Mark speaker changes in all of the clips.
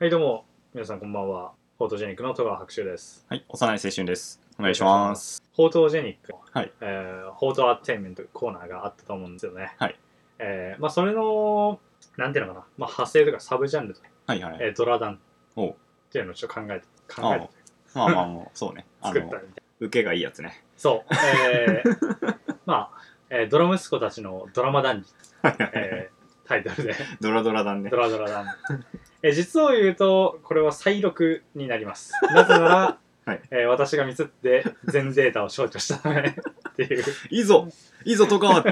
Speaker 1: はい、どうも。皆さんこんばんは。フォートジェニックの戸川白秋です。
Speaker 2: はい、幼い青春です。お願いします。
Speaker 1: フォートジェニック、
Speaker 2: はい
Speaker 1: えーフォートアーテインメントコーナーがあったと思うんですよね。
Speaker 2: はい。
Speaker 1: えーまあ、それの、なんていうのかな、まあ、派生とかサブジャンルとか、
Speaker 2: はいはい。
Speaker 1: えードラダンっ
Speaker 2: おう
Speaker 1: ていうのをちょっと考えて、考えて
Speaker 2: まあまあまあ、そうね。あ
Speaker 1: 作ったみ
Speaker 2: の
Speaker 1: たい、な。
Speaker 2: 受けがいいやつね。
Speaker 1: そう。えー、 まあ、えードラ息子たちのドラマ談義、 えータイトルで、
Speaker 2: ドラドラだ ね
Speaker 1: ド。ラドラ談義。えー実を言うと、これは再録になります。なぜなら、
Speaker 2: はい
Speaker 1: えー私がミスって全データを消去したためっていう、い
Speaker 2: いいぞいいぞ、と か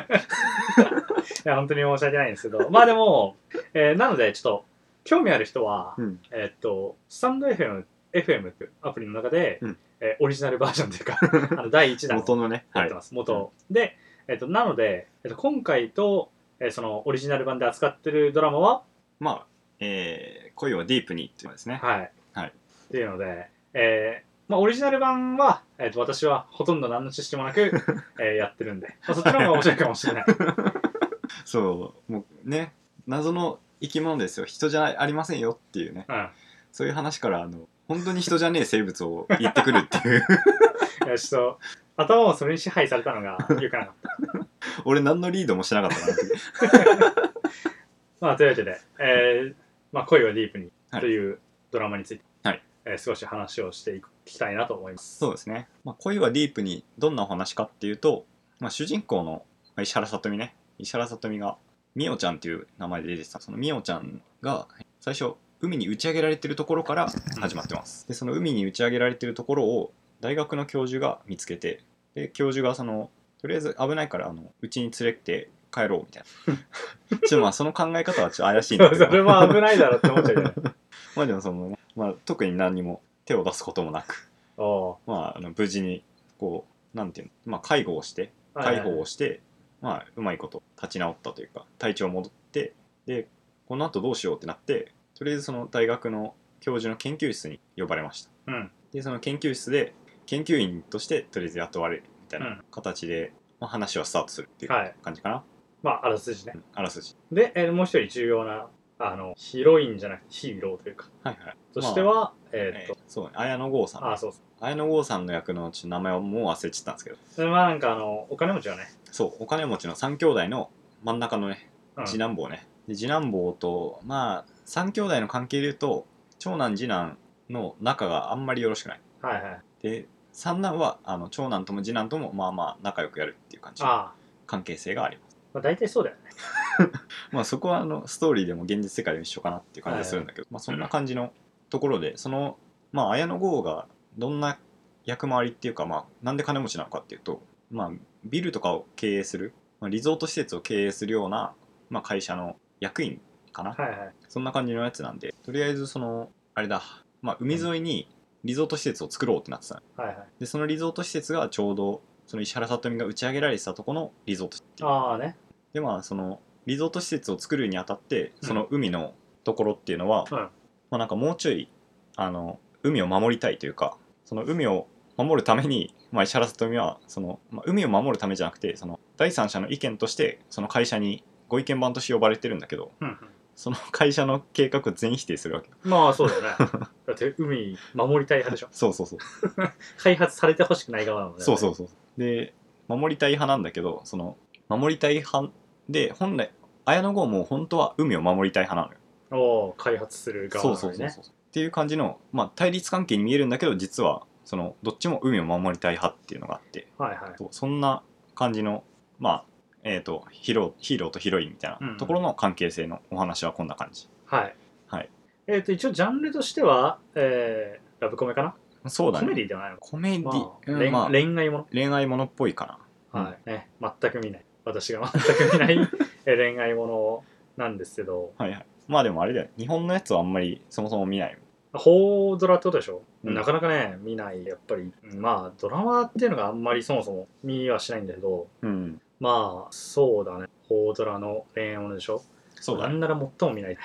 Speaker 1: や本当に申し訳ないんですけど、まあでも、えーなのでちょっと、興味ある人は、
Speaker 2: うん。
Speaker 1: えーっと、スタンド FM、FM っていうアプリの中で、
Speaker 2: うん
Speaker 1: えーオリジナルバージョンというか、 あの第1弾を
Speaker 2: 元のね。
Speaker 1: やっ
Speaker 2: は
Speaker 1: て
Speaker 2: い。
Speaker 1: ます、元で、えっと、なので、えっと、今回と、えーそのオリジナル版で扱ってるドラマは
Speaker 2: まあ、えー、恋をディープにっていうのですね。
Speaker 1: はい、
Speaker 2: はい
Speaker 1: っていうので、えーまあ、オリジナル版は、えっと、私はほとんど何の知識もな く、えーやってるんで、まあ、そっちの方が面白いかもしれない
Speaker 2: そう、もうね、謎の生き物ですよ。人じゃありませんよっていうね。
Speaker 1: うん
Speaker 2: そういう話から、あの、本当に人じゃねえ生物を言ってくるって いう。
Speaker 1: いやちょっと頭をそれに支配されたのがよくなかった、
Speaker 2: 俺何のリードもしなかったな。
Speaker 1: まあ、というわけで、えーまあ、恋をディープに
Speaker 2: はい
Speaker 1: というドラマについて、
Speaker 2: はい
Speaker 1: えー少し話をしていきたいなと思います
Speaker 2: そうですね、まあ、恋はディープにどんなお話かっていうと、まあ、主人公のまあ石原さとみね石原さとみがみおちゃんっていう名前で出てたそのみおちゃんが最初海に打ち上げられてるところから始まってます、でその海に打ち上げられてるところを大学の教授が見つけてで教授がそのとりあえず危ないからあのうちに連れて帰ろうみたいな ちょっとまあその考え方はちょっと怪しいんだ
Speaker 1: そ
Speaker 2: けど
Speaker 1: れは危ないだろうって思っちゃうけどね
Speaker 2: まあでもそのね、まあ、特に何にも手を出すこともなく
Speaker 1: おう
Speaker 2: まあ、あの無事にこうなんていうの、まあ、介護をして介護をして、まあ、うまいこと立ち直ったというか体調戻ってでこのあとどうしようってなってとりあえずその大学の教授の研究室に呼ばれました
Speaker 1: うん
Speaker 2: でその研究室で研究員としてとりあえず雇われるみたいうなん形で、まあ、話はスタートするっていう
Speaker 1: はい
Speaker 2: 感じかな、
Speaker 1: まああらすじね
Speaker 2: うんあらすじ
Speaker 1: で、えーもう一人重要なあのヒロインじゃなくてヒーローというか
Speaker 2: はいはい
Speaker 1: として
Speaker 2: まあ
Speaker 1: は、えーっ
Speaker 2: え
Speaker 1: と
Speaker 2: ー、そうね綾野剛さ
Speaker 1: あ
Speaker 2: ん
Speaker 1: あそうそ
Speaker 2: 綾野剛さんの役のちょっと名前をもう忘れちゃったんですけど
Speaker 1: うでまあなんかあのお金持ちはね、
Speaker 2: そうお金持ちの3兄弟の真ん中のね
Speaker 1: うん、
Speaker 2: 次男坊ね、で次男坊とまあ3兄弟の関係で言うと長男次男の仲があんまりよろしくない
Speaker 1: はいはい
Speaker 2: で三男はあの長男とも次男ともまあまあ仲良くやるっていう感じの
Speaker 1: ああ、
Speaker 2: 関係性があります
Speaker 1: まあ、大体そうだよね
Speaker 2: まあそこはあのストーリーでも現実世界でも一緒かなっていう感じがするんだけど、まあそんな感じのところでそのまあ綾野剛がどんな役回りっていうかまあなんで金持ちなのかっていうとまあビルとかを経営する、まあ、リゾート施設を経営するような、まあ、会社の役員かな、
Speaker 1: はいはい
Speaker 2: そんな感じのやつなんで、とりあえずその、あれだ、まあ、海沿いにリゾート施設を作ろうってなってたの
Speaker 1: はいはい
Speaker 2: で、そのリゾート施設がちょうど、その石原さとみが打ち上げられてたとこのリゾート施設。
Speaker 1: ああね
Speaker 2: で、まあ、その、リゾート施設を作るにあたって、
Speaker 1: うん
Speaker 2: その海のところっていうのは、
Speaker 1: うん
Speaker 2: まあ、なんかもうちょい、あの、海を守りたいというか、その海を守るために、まあ、石原さとみは、その、まあ、海を守るためじゃなくて、その、第三者の意見として、その会社にご意見番として呼ばれてるんだけど、
Speaker 1: うん
Speaker 2: その会社の計画を全否定するわけ。
Speaker 1: うんまあそうだよね だって海守りたい派でしょ
Speaker 2: そうそうそう。
Speaker 1: 開発されてほしくない側なので、
Speaker 2: そうそううそう。で、守りたい派なんだけど、その、守りたい派で、本来、綾野剛も本当は海を守りたい派なのよ。
Speaker 1: おー開発する側な
Speaker 2: そ
Speaker 1: の
Speaker 2: う
Speaker 1: で、ね、
Speaker 2: そうそうそう。っていう感じの、まあ、対立関係に見えるんだけど、実は、その、どっちも海を守りたい派っていうのがあって、
Speaker 1: はいはい
Speaker 2: そうそんな感じの、まあ、えっ、とヒーロー、ヒーローとヒロインみたい
Speaker 1: うんう
Speaker 2: なんところの関係性のお話はこんな感じ。
Speaker 1: はい
Speaker 2: はい
Speaker 1: えっ、と一応ジャンルとしては、えー、ラブコメかな、
Speaker 2: そうだ
Speaker 1: コメデ
Speaker 2: ね。
Speaker 1: ィではないのか、
Speaker 2: コメディ、
Speaker 1: まあ
Speaker 2: うん
Speaker 1: 恋
Speaker 2: まあ
Speaker 1: 恋愛もの
Speaker 2: 恋愛ものっぽいかな。
Speaker 1: はいね、全く見ない私が全く見ない え恋愛ものなんですけど
Speaker 2: はいはい。まあでもあれだよ。日本のやつはあんまりそもそも見ない。
Speaker 1: 邦ドラってことでしょ、
Speaker 2: うん
Speaker 1: なかなかね見ないやっぱりまあドラマっていうのがあんまりそもそも見はしないんだけど
Speaker 2: うん。
Speaker 1: まあそうだね邦ドラの恋愛ものでしょ
Speaker 2: そうだ
Speaker 1: な
Speaker 2: ね。
Speaker 1: んなら最も 見ない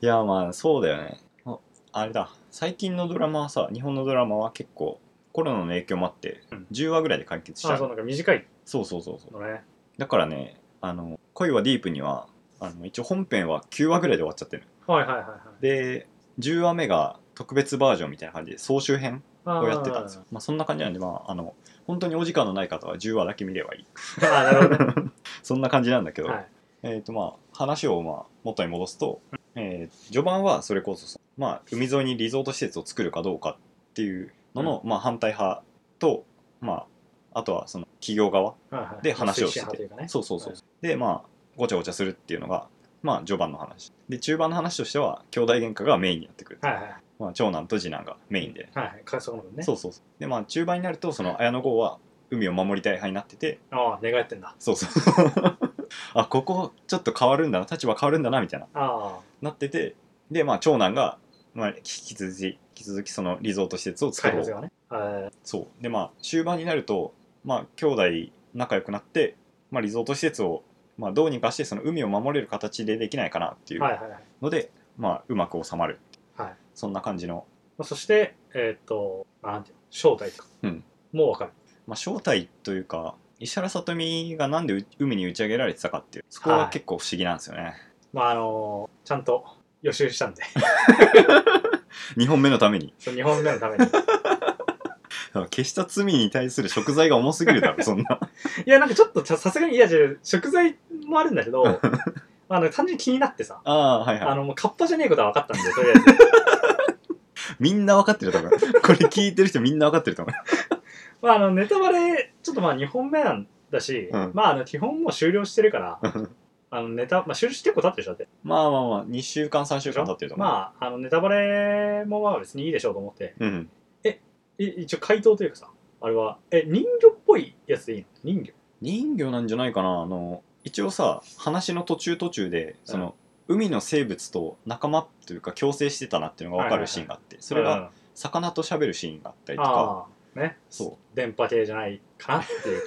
Speaker 2: いやまあそうだよね。ああれだ。最近のドラマはさ、日本のドラマは結構コロナの影響もあって
Speaker 1: うん、
Speaker 2: 10話ぐらいで完結し
Speaker 1: あ
Speaker 2: た
Speaker 1: そう
Speaker 2: の。
Speaker 1: なんか短い
Speaker 2: そうそうそうそう。
Speaker 1: のね
Speaker 2: だからね、あの、恋はディープには、あの一応本編は9話ぐらいで終わっちゃってる。
Speaker 1: はいはいはいはい
Speaker 2: で10話目が特別バージョンみたいな感じで総集編
Speaker 1: あ
Speaker 2: を
Speaker 1: ー。
Speaker 2: やってたんですよまあ、そんな感じなんで、まあ、あの本当にお時間のない方は10話だけ見ればいい
Speaker 1: あーなるほどね。
Speaker 2: そんな感じなんだけど、
Speaker 1: はい。
Speaker 2: えーとまあ、話をまあ元に戻すと、えー序盤はそれこそその、まあ、海沿いにリゾート施設を作るかどうかっていうのの、まあ、反対派と、まあ、あとはその企業側
Speaker 1: はいはい
Speaker 2: で話をしてて
Speaker 1: 推進派というかね。
Speaker 2: そうそうそう、
Speaker 1: はい
Speaker 2: でまあごちゃごちゃするっていうのが、まあ、序盤の話で中盤の話としては兄弟喧嘩がメインになってくる、
Speaker 1: はいはい。
Speaker 2: まあ、長男と次男がメインで、
Speaker 1: はいはい。かそこまでね。
Speaker 2: そうそうそうでまあ中盤になるとその綾野剛は海を守りたい派になってて
Speaker 1: ああ、寝返ってんだ。
Speaker 2: そうそう あここちょっと変わるんだな立場変わるんだなみたいな
Speaker 1: あ
Speaker 2: なっててでまあ長男が、まあ、引き続き引き続きそのリゾート施設を
Speaker 1: あ、
Speaker 2: 作
Speaker 1: 開
Speaker 2: ろ
Speaker 1: 発
Speaker 2: う
Speaker 1: がね。はい
Speaker 2: そうでまあ終盤になるとまあ兄弟仲良くなって、まあ、リゾート施設を、まあ、どうにかしてその海を守れる形でできないかなっていう
Speaker 1: はいはい。
Speaker 2: ので、まあうまく収まる
Speaker 1: はい
Speaker 2: そんな感じの、
Speaker 1: まあそして、えーっと、なんていうの、正体とか。
Speaker 2: うん
Speaker 1: もうわかる。
Speaker 2: まあ、正体というか石原さとみがなんでう海に打ち上げられてたかっていうそこ
Speaker 1: は
Speaker 2: が
Speaker 1: い
Speaker 2: 結構不思議なんですよね、
Speaker 1: まあ、あのーちゃんと予習したんで、
Speaker 2: 二2本目のために
Speaker 1: その2本目のために。
Speaker 2: 消した罪に対する食材が重すぎるだろそん な
Speaker 1: いや、なんかちょっとささすがに、いや、じゃあ食材もあるんだけど、あの単純に気になってさ、
Speaker 2: ああはいはい
Speaker 1: あの、もうカッパじゃねえことは分かったんで、と りあえず。
Speaker 2: みんな分かってると思う。 これ聞いてる人みんな分かってると思う。
Speaker 1: まあ、あの、ネタバレ、ちょっとまあ2本目なんだし、
Speaker 2: うん
Speaker 1: まあ、あの、基本もう終了してるから、あの、ネタ、まあ、終了してることあってるでしょ、だって。
Speaker 2: まあまあまあ、2週間、3週間経ってると思う。
Speaker 1: まあ、あのネタバレもまあ別にいいでしょうと思って、
Speaker 2: うん。
Speaker 1: い一応回答というかさ、あれは、え、人魚っぽいやつでいいの人魚
Speaker 2: 人魚なんじゃないかな。あの、一応さ、話の途中途中で、その、海の生物と仲間というか共生してたなっていうのが分かるシーンがあって、それ
Speaker 1: うん
Speaker 2: が魚と喋るシーンがあったりとか、
Speaker 1: ああ、ね。
Speaker 2: そ
Speaker 1: 電波系じゃないかなって いう。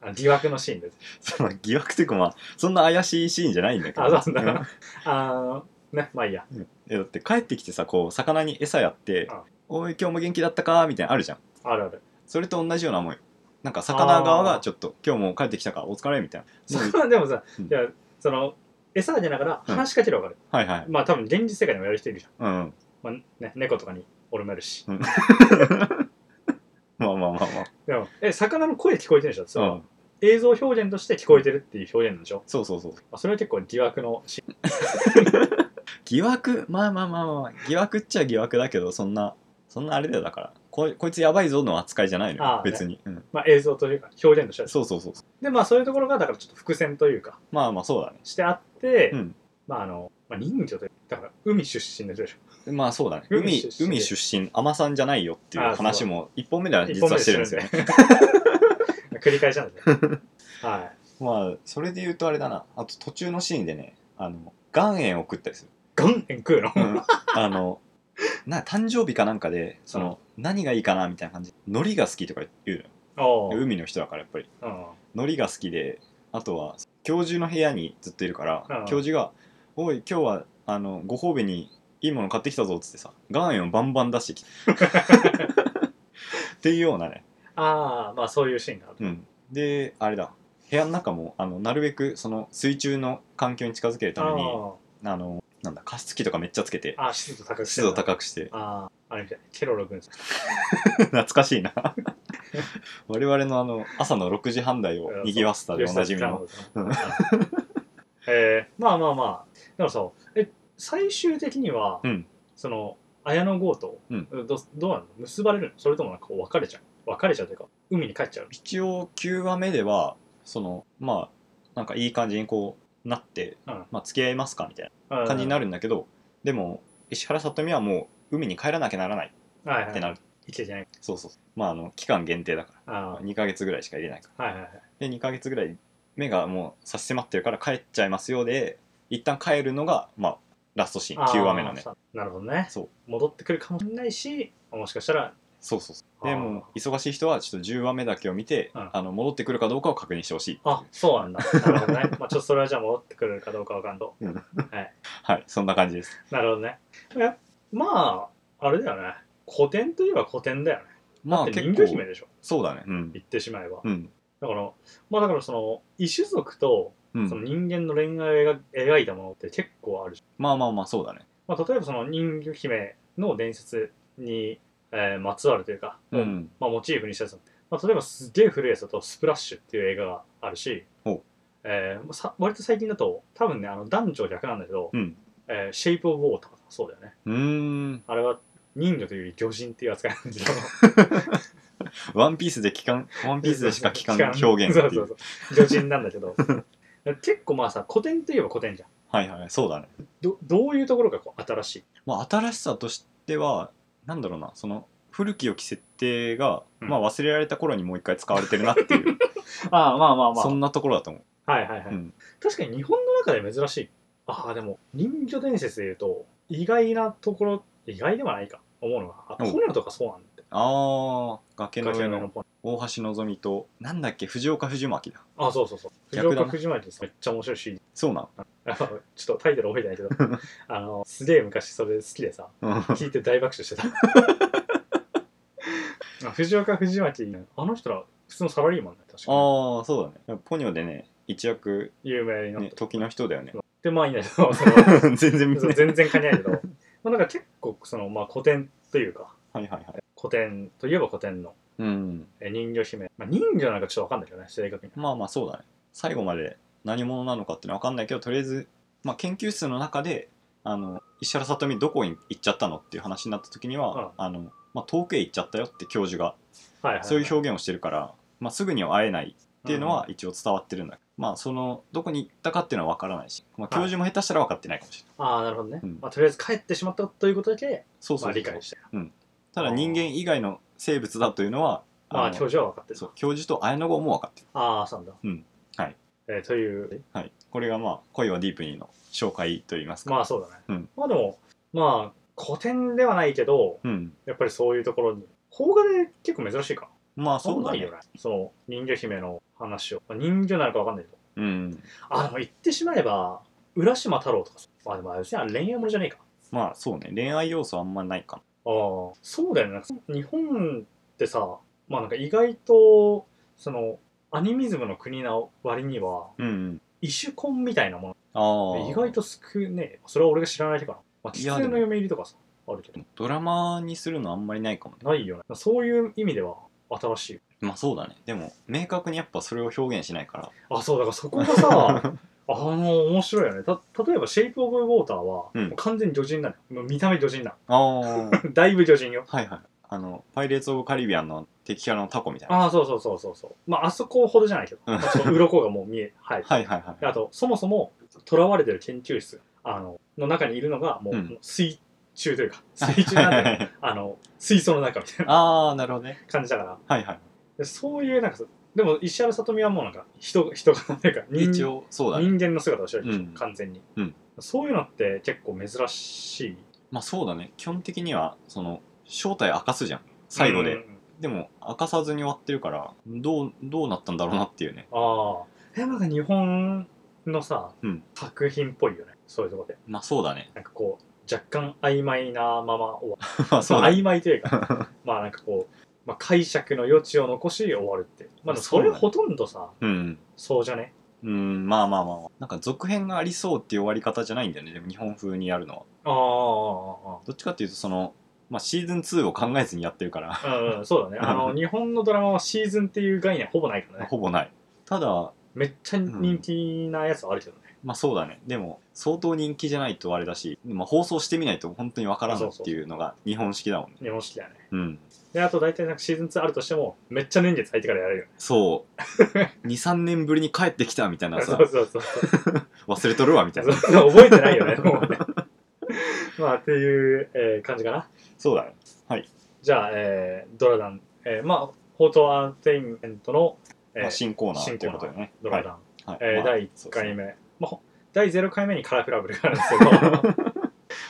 Speaker 1: あの疑惑のシーンです。
Speaker 2: その疑惑というかまあ、そんな怪しいシーンじゃないんだけど。
Speaker 1: あそう なんだ
Speaker 2: ん
Speaker 1: あの、ね、まあいいや。
Speaker 2: えだって帰ってきてさ、こう、魚に餌やって
Speaker 1: うん、
Speaker 2: おい、今日も元気だったかみたいなのあるじゃん。
Speaker 1: あるある。
Speaker 2: それと同じような思い。なんか魚側がちょっと、今日も帰ってきたからお疲れみたいな。もう
Speaker 1: そうでもさ、
Speaker 2: うん
Speaker 1: いや、その、餌じゃながら
Speaker 2: うん
Speaker 1: 話しかければわかる。
Speaker 2: はいはい。
Speaker 1: まあ多分現実世界でもやる人いるじ
Speaker 2: うん。
Speaker 1: ゃん。まあね、猫とかに俺もやるし。
Speaker 2: まあまあまあ
Speaker 1: でも、え、魚の声聞こえてるでしょそ
Speaker 2: まあ。う
Speaker 1: の
Speaker 2: ん。
Speaker 1: 映像表現として聞こえてるっていう表現なんでしょ、
Speaker 2: そうそうそう。
Speaker 1: まあ、それは結構疑惑のシーン
Speaker 2: 疑惑、まあまあまあまあ、疑惑っちゃ疑惑だけど、そんな、そんなあれだよ、だから。こいこいつやばいぞの扱いじゃないの
Speaker 1: あ
Speaker 2: よ
Speaker 1: あ、
Speaker 2: 別に。うん。
Speaker 1: まあ、映像というか表現としては
Speaker 2: そうそうそう。
Speaker 1: でまあそういうところがだからちょっと伏線というか
Speaker 2: まあまあ、そうだね。
Speaker 1: してあって、
Speaker 2: うん
Speaker 1: まああの、まあ、人魚というだから海出身の人でしょ
Speaker 2: まあそうだね。
Speaker 1: 海
Speaker 2: 海
Speaker 1: 出身、で
Speaker 2: 海出身、海さんじゃないよってい
Speaker 1: ああ
Speaker 2: う話も、一本目では実はしてるんですよね。
Speaker 1: 繰り返しなんですねはい
Speaker 2: まあ、それで言うとあれだな。あと途中のシーンでね、あの、岩塩を食ったりする。
Speaker 1: ガンエン食うの、
Speaker 2: うんあの、な、誕生日かなんかで、その、何がいいかなみたいな感じで。海苔が好きとか言うのよ。
Speaker 1: おう、うん、
Speaker 2: 海の人だからやっぱり。海苔が好きであとは教授の部屋にずっといるから、
Speaker 1: うん
Speaker 2: 教授が「おい今日はあのご褒美にいいもの買ってきたぞ」っつってさ岩塩をバンバン出してきてっていうようなね、
Speaker 1: ああまあそういうシーンがある、
Speaker 2: うん、であれだ部屋の中もあのなるべくその水中の環境に近づけるために
Speaker 1: あ
Speaker 2: あのなんだ加湿器とかめっちゃつけて
Speaker 1: あああ湿度高くして
Speaker 2: 湿度高くして
Speaker 1: あああれみたいケロロ軍さん
Speaker 2: 懐かしいな 我々のあの朝の6時半台をにぎわせたでおなじみの
Speaker 1: 吉田拓郎さんえー、まあまあまあでもさえ最終的には、
Speaker 2: うん
Speaker 1: その綾野剛と、
Speaker 2: うん
Speaker 1: どどうなの結ばれるのそれともなんかこう別れちゃう別れちゃうというか海に帰っちゃう
Speaker 2: 一応9話目ではそのまあなんかいい感じにこうなって、
Speaker 1: うん
Speaker 2: まあ、付き合いますかみたい
Speaker 1: の
Speaker 2: な感じにな
Speaker 1: る
Speaker 2: るんだけど、でも石原さとみはもう海に帰らなきゃならない
Speaker 1: はいはい
Speaker 2: ってなる、
Speaker 1: 生きていけない
Speaker 2: そうそうまああの期間限定だか
Speaker 1: あ
Speaker 2: ら2ヶ月ぐらいしか入れないか
Speaker 1: あはいはいはい
Speaker 2: らで2ヶ月ぐらい目がもう差し迫ってるから帰っちゃいますよで一旦帰るのがまあラストシーン
Speaker 1: あー
Speaker 2: 9話目のね
Speaker 1: さなるほどね
Speaker 2: そう
Speaker 1: 戻ってくるかもしれないしもしかしたら
Speaker 2: そうそうそう
Speaker 1: あー
Speaker 2: でもう忙しい人はちょっと10話目だけを見て、
Speaker 1: うん
Speaker 2: あの戻ってくるかどうかを確認してほしい
Speaker 1: あそうなんだなるほどね まあちょっとそれはじゃあ戻ってくるかどうかわかんと
Speaker 2: はいそんな感じです
Speaker 1: なるほどねえまああれだよね古典といえば古典だよね
Speaker 2: まあ
Speaker 1: だって
Speaker 2: 結
Speaker 1: 人魚姫
Speaker 2: 構
Speaker 1: でしょ
Speaker 2: そうだねうん
Speaker 1: 言ってしまえば
Speaker 2: うん、
Speaker 1: だからまあだからその異種族と
Speaker 2: うん
Speaker 1: その人間の恋愛を描いたものって結構あるじゃん
Speaker 2: まあまあまあそうだね
Speaker 1: まあ、例えばその人魚姫の伝説に、えーまつわるというか、
Speaker 2: うん
Speaker 1: まあ、モチーフにしたやつなんて、まあ、例えばすっげえ古いやつだと「スプラッシュ」っていう映画があるし
Speaker 2: ほう、
Speaker 1: えーさ割と最近だと多分ねあの男女逆なんだけど「
Speaker 2: うん
Speaker 1: えーシェイプ・オブ・ウォー」とかそうだよね
Speaker 2: うーん
Speaker 1: あれは人魚というより魚人っていう扱いなんだけど
Speaker 2: ワンピースで聞かんワンピースでしか聞かん表現
Speaker 1: そ
Speaker 2: っ
Speaker 1: う
Speaker 2: てい
Speaker 1: そううそう魚人なんだけど 結構まあさ古典といえば古典じゃん
Speaker 2: はいはいそうだね
Speaker 1: どどういうところがこう新しい
Speaker 2: まあ、新しさとしてはなんだろうなその古き良き設定が、
Speaker 1: うん
Speaker 2: まあ、忘れられた頃にもう一回使われてる なっていう
Speaker 1: ああまあまあ
Speaker 2: そんなところだと思う、
Speaker 1: はいはいはい、
Speaker 2: うん
Speaker 1: 確かに日本の中で珍しいああでも人魚伝説でいうと意外なところ意外ではないか思うのがあ
Speaker 2: うん
Speaker 1: ポニョとかそうなんだって
Speaker 2: あー崖の
Speaker 1: 崖
Speaker 2: 上
Speaker 1: の上の
Speaker 2: の
Speaker 1: ポニ
Speaker 2: 大橋のぞみとなんだっけ藤岡藤巻だ
Speaker 1: ョあそうそうそう藤
Speaker 2: 逆だな
Speaker 1: 岡藤巻ってさめっちゃ面白いし
Speaker 2: そうな
Speaker 1: あの ちょっとタイトル覚えて ないけどあのすげえ昔それ好きでさ
Speaker 2: の
Speaker 1: 聞いて大爆笑して たあ藤岡藤巻ねあの人ら普通のサラリーマンだよ確かに
Speaker 2: ああそうだねポニョでね一躍、
Speaker 1: 有名になっ
Speaker 2: ね
Speaker 1: た、
Speaker 2: 時の人だよね
Speaker 1: でまあいいんだけ どその
Speaker 2: 全然見て
Speaker 1: そ
Speaker 2: な
Speaker 1: う
Speaker 2: い
Speaker 1: 全然関係ないけどまあなんか結構その、まあ、古典というか
Speaker 2: はいはいはい
Speaker 1: 古典といえば古典の
Speaker 2: うん
Speaker 1: えー人魚姫、まあ、人魚なんかちょっと分かんないけどね正確に
Speaker 2: まあまあそうだね最後まで何者なのかっていうのは分かんないけどとりあえず、まあ、研究室の中であの石原さとみどこに行っちゃったのっていう話になった時には、あのまあ、遠くへ行っちゃったよって教授
Speaker 1: は
Speaker 2: が
Speaker 1: いはい、はい、
Speaker 2: そういう
Speaker 1: 表
Speaker 2: 表現をしてるから、まあ、すぐには会えないっていうのは一応伝わってるんだ、まあそのどこに行ったかっていうのは分からないし、まあ、
Speaker 1: はい
Speaker 2: 教授も下手したら分かってないかもしれない、
Speaker 1: ああなるほどね、
Speaker 2: うん
Speaker 1: まあ、とりあえず帰ってしまったということだけ、
Speaker 2: そうそ
Speaker 1: まあ、
Speaker 2: うそ
Speaker 1: 理
Speaker 2: う
Speaker 1: 解して
Speaker 2: ただ人間以外の生物だというのは
Speaker 1: まあ
Speaker 2: の
Speaker 1: 教授は分かってる
Speaker 2: そう教授と綾野剛も分かってる、
Speaker 1: ああそうなんだ
Speaker 2: うんはい、
Speaker 1: えーという
Speaker 2: はい、これがまあ恋はディープにの紹介といいますか、
Speaker 1: まあそうだね、
Speaker 2: うん
Speaker 1: まあでもまあ古典ではないけど
Speaker 2: うん
Speaker 1: やっぱりそういうところに邦画で結構珍しいか
Speaker 2: まあそうだ
Speaker 1: ない
Speaker 2: ね
Speaker 1: よねその人魚姫の話を、まあ、人魚なのか分かんないけど
Speaker 2: うん
Speaker 1: あでも言ってしまえば浦島太郎とかさまあでもあれ別にあれ恋愛ものじゃねえか
Speaker 2: まあそうね恋愛要素あんまないか
Speaker 1: ああそうだよねなんか日本ってさまあなんか意外とそのアニミズムの国な割には
Speaker 2: なうん、うん、
Speaker 1: 異種婚みたいなも
Speaker 2: あ
Speaker 1: の
Speaker 2: ー
Speaker 1: 意外と少ねえそれは俺が知らないだけかな、まあ、
Speaker 2: い
Speaker 1: 普
Speaker 2: や
Speaker 1: 通の嫁入りとかさあるけど
Speaker 2: ドラマにするのあんまりないかもね
Speaker 1: ないよねそういう意味では新しい
Speaker 2: まあそうだねでも明確にやっぱそれを表現しないから
Speaker 1: あそうだからそこが さあの面白いよねた例えば「シェイプ・オブ・ウォーターは」
Speaker 2: うん
Speaker 1: もう完全に魚人なのよもう見た目魚人な
Speaker 2: ああ
Speaker 1: のだいぶ魚人よ
Speaker 2: はいはいあの「パイレーツ・オブ・カリビアン」の敵キャラのタコみたいな
Speaker 1: ああそうそうそうそうそうまああそこほどじゃないけど、
Speaker 2: うん
Speaker 1: まあ、その鱗がもう見え入る
Speaker 2: はいはいはい
Speaker 1: であとそもそも囚われてる研究室あのの中にいるのがもう、
Speaker 2: うん
Speaker 1: 水中というか 水中なん
Speaker 2: はいは
Speaker 1: で
Speaker 2: いはい
Speaker 1: あの水槽の中みたいな
Speaker 2: ああなるほどね
Speaker 1: 感じだから
Speaker 2: はいはい
Speaker 1: でそういうなんかそうでも石原さとみはもうなんか人人がなんか人
Speaker 2: 一応そうだね
Speaker 1: 人間の姿をしてるでしょ、
Speaker 2: うん
Speaker 1: 完全に、
Speaker 2: うん
Speaker 1: そういうのって結構珍しい
Speaker 2: まあそうだね基本的にはその正体明かすじゃん最後で、
Speaker 1: うん
Speaker 2: でも明かさずに終わってるからどうどうなったんだろうなっていうね
Speaker 1: ああえなんか日本のさ、
Speaker 2: うん
Speaker 1: 作品っぽいよねそういうとこで
Speaker 2: まあそうだね
Speaker 1: なんかこう若干曖昧なまま終わ
Speaker 2: まあそう
Speaker 1: ま
Speaker 2: だ
Speaker 1: あ、
Speaker 2: ね
Speaker 1: 曖昧という かまあなんかこう、まあ、解釈の余地を残し終わるってまあでもそれ
Speaker 2: そうだね
Speaker 1: ほとんどさ
Speaker 2: うん
Speaker 1: そうじゃね
Speaker 2: うんまあまあまあまあなんか続編がありそうっていう終わり方じゃないんだよねでも日本風にやるのは
Speaker 1: ああ
Speaker 2: どっちかっていうとその、まあ、シーズン2を考えずにやってるから
Speaker 1: うん、うん、そうだねあ の日本のドラマはシーズンっていう概念ほぼないからね
Speaker 2: ほぼないただ
Speaker 1: めっちゃ人気なやつはあるけどね、
Speaker 2: まあそうだねでも相当人気じゃないとあれだし、まあ、放送してみないと本当にわからんっていうのが日本式だもんね
Speaker 1: 日本式だよね
Speaker 2: うん
Speaker 1: であと大体なんかシーズン2あるとしてもめっちゃ年月空いてからやれるよね
Speaker 2: そ う23年ぶりに帰ってきたみたいな
Speaker 1: そ
Speaker 2: さ
Speaker 1: うそうそう
Speaker 2: 忘れとるわみたいな
Speaker 1: そう覚えてないよねもうね まあっていう、えー感じかな
Speaker 2: そうだね
Speaker 1: じゃあ、えードラダン、えーまあフォートアンテインメントの、えー
Speaker 2: まあ、新コーナーっていうことだよね
Speaker 1: ドラダン、
Speaker 2: はいはい
Speaker 1: えー
Speaker 2: まあ
Speaker 1: 第1
Speaker 2: そうそう
Speaker 1: 回目、まあ、ほ第0回目にカラフラブルがあるんです けど、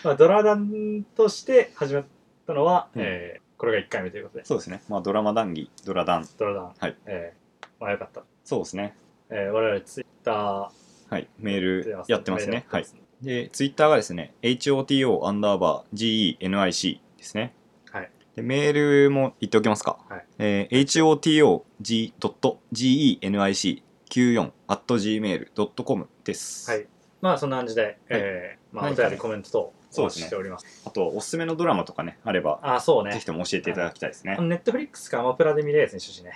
Speaker 1: まあ、ドラダンとして始まったのは、
Speaker 2: うん
Speaker 1: えーこれが1回目ということで
Speaker 2: そうですねまあドラマ談義ドラダン
Speaker 1: ドラダン、
Speaker 2: はい
Speaker 1: えーまあ、よかった、
Speaker 2: そうですね
Speaker 1: えー我々ツイッタ
Speaker 2: はいメー
Speaker 1: ー
Speaker 2: ルやってますね
Speaker 1: メ
Speaker 2: は
Speaker 1: ールやっ
Speaker 2: い
Speaker 1: てま
Speaker 2: でツイッターがですね HOTO アンダーバー GENIC ですね
Speaker 1: はい
Speaker 2: でメールも言っておきますか、
Speaker 1: はい
Speaker 2: えー HOTOG.GENIC 94.gmail.com です。
Speaker 1: はいまあそんな感じで、えーまあ、お
Speaker 2: 何か
Speaker 1: 便りコメント等お
Speaker 2: そう
Speaker 1: 待
Speaker 2: で
Speaker 1: ち
Speaker 2: すね
Speaker 1: しております
Speaker 2: あと、おすすめのドラマとかね、あれば、
Speaker 1: あそう
Speaker 2: ぜ
Speaker 1: ね
Speaker 2: ひとも教えていただきたいですね。
Speaker 1: ネットフリックスかアマプラで見れるやつにしようしね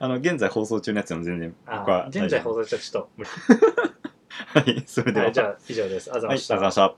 Speaker 2: あの、現在放送中のやつでも全然
Speaker 1: あ
Speaker 2: 僕は
Speaker 1: 現在放
Speaker 2: 送。
Speaker 1: 送中はちょっと無理
Speaker 2: はい、それでは。
Speaker 1: はい、じゃあ以上です。ありがとうございま
Speaker 2: はい、ありがとうご
Speaker 1: し
Speaker 2: ざい
Speaker 1: た。
Speaker 2: ました。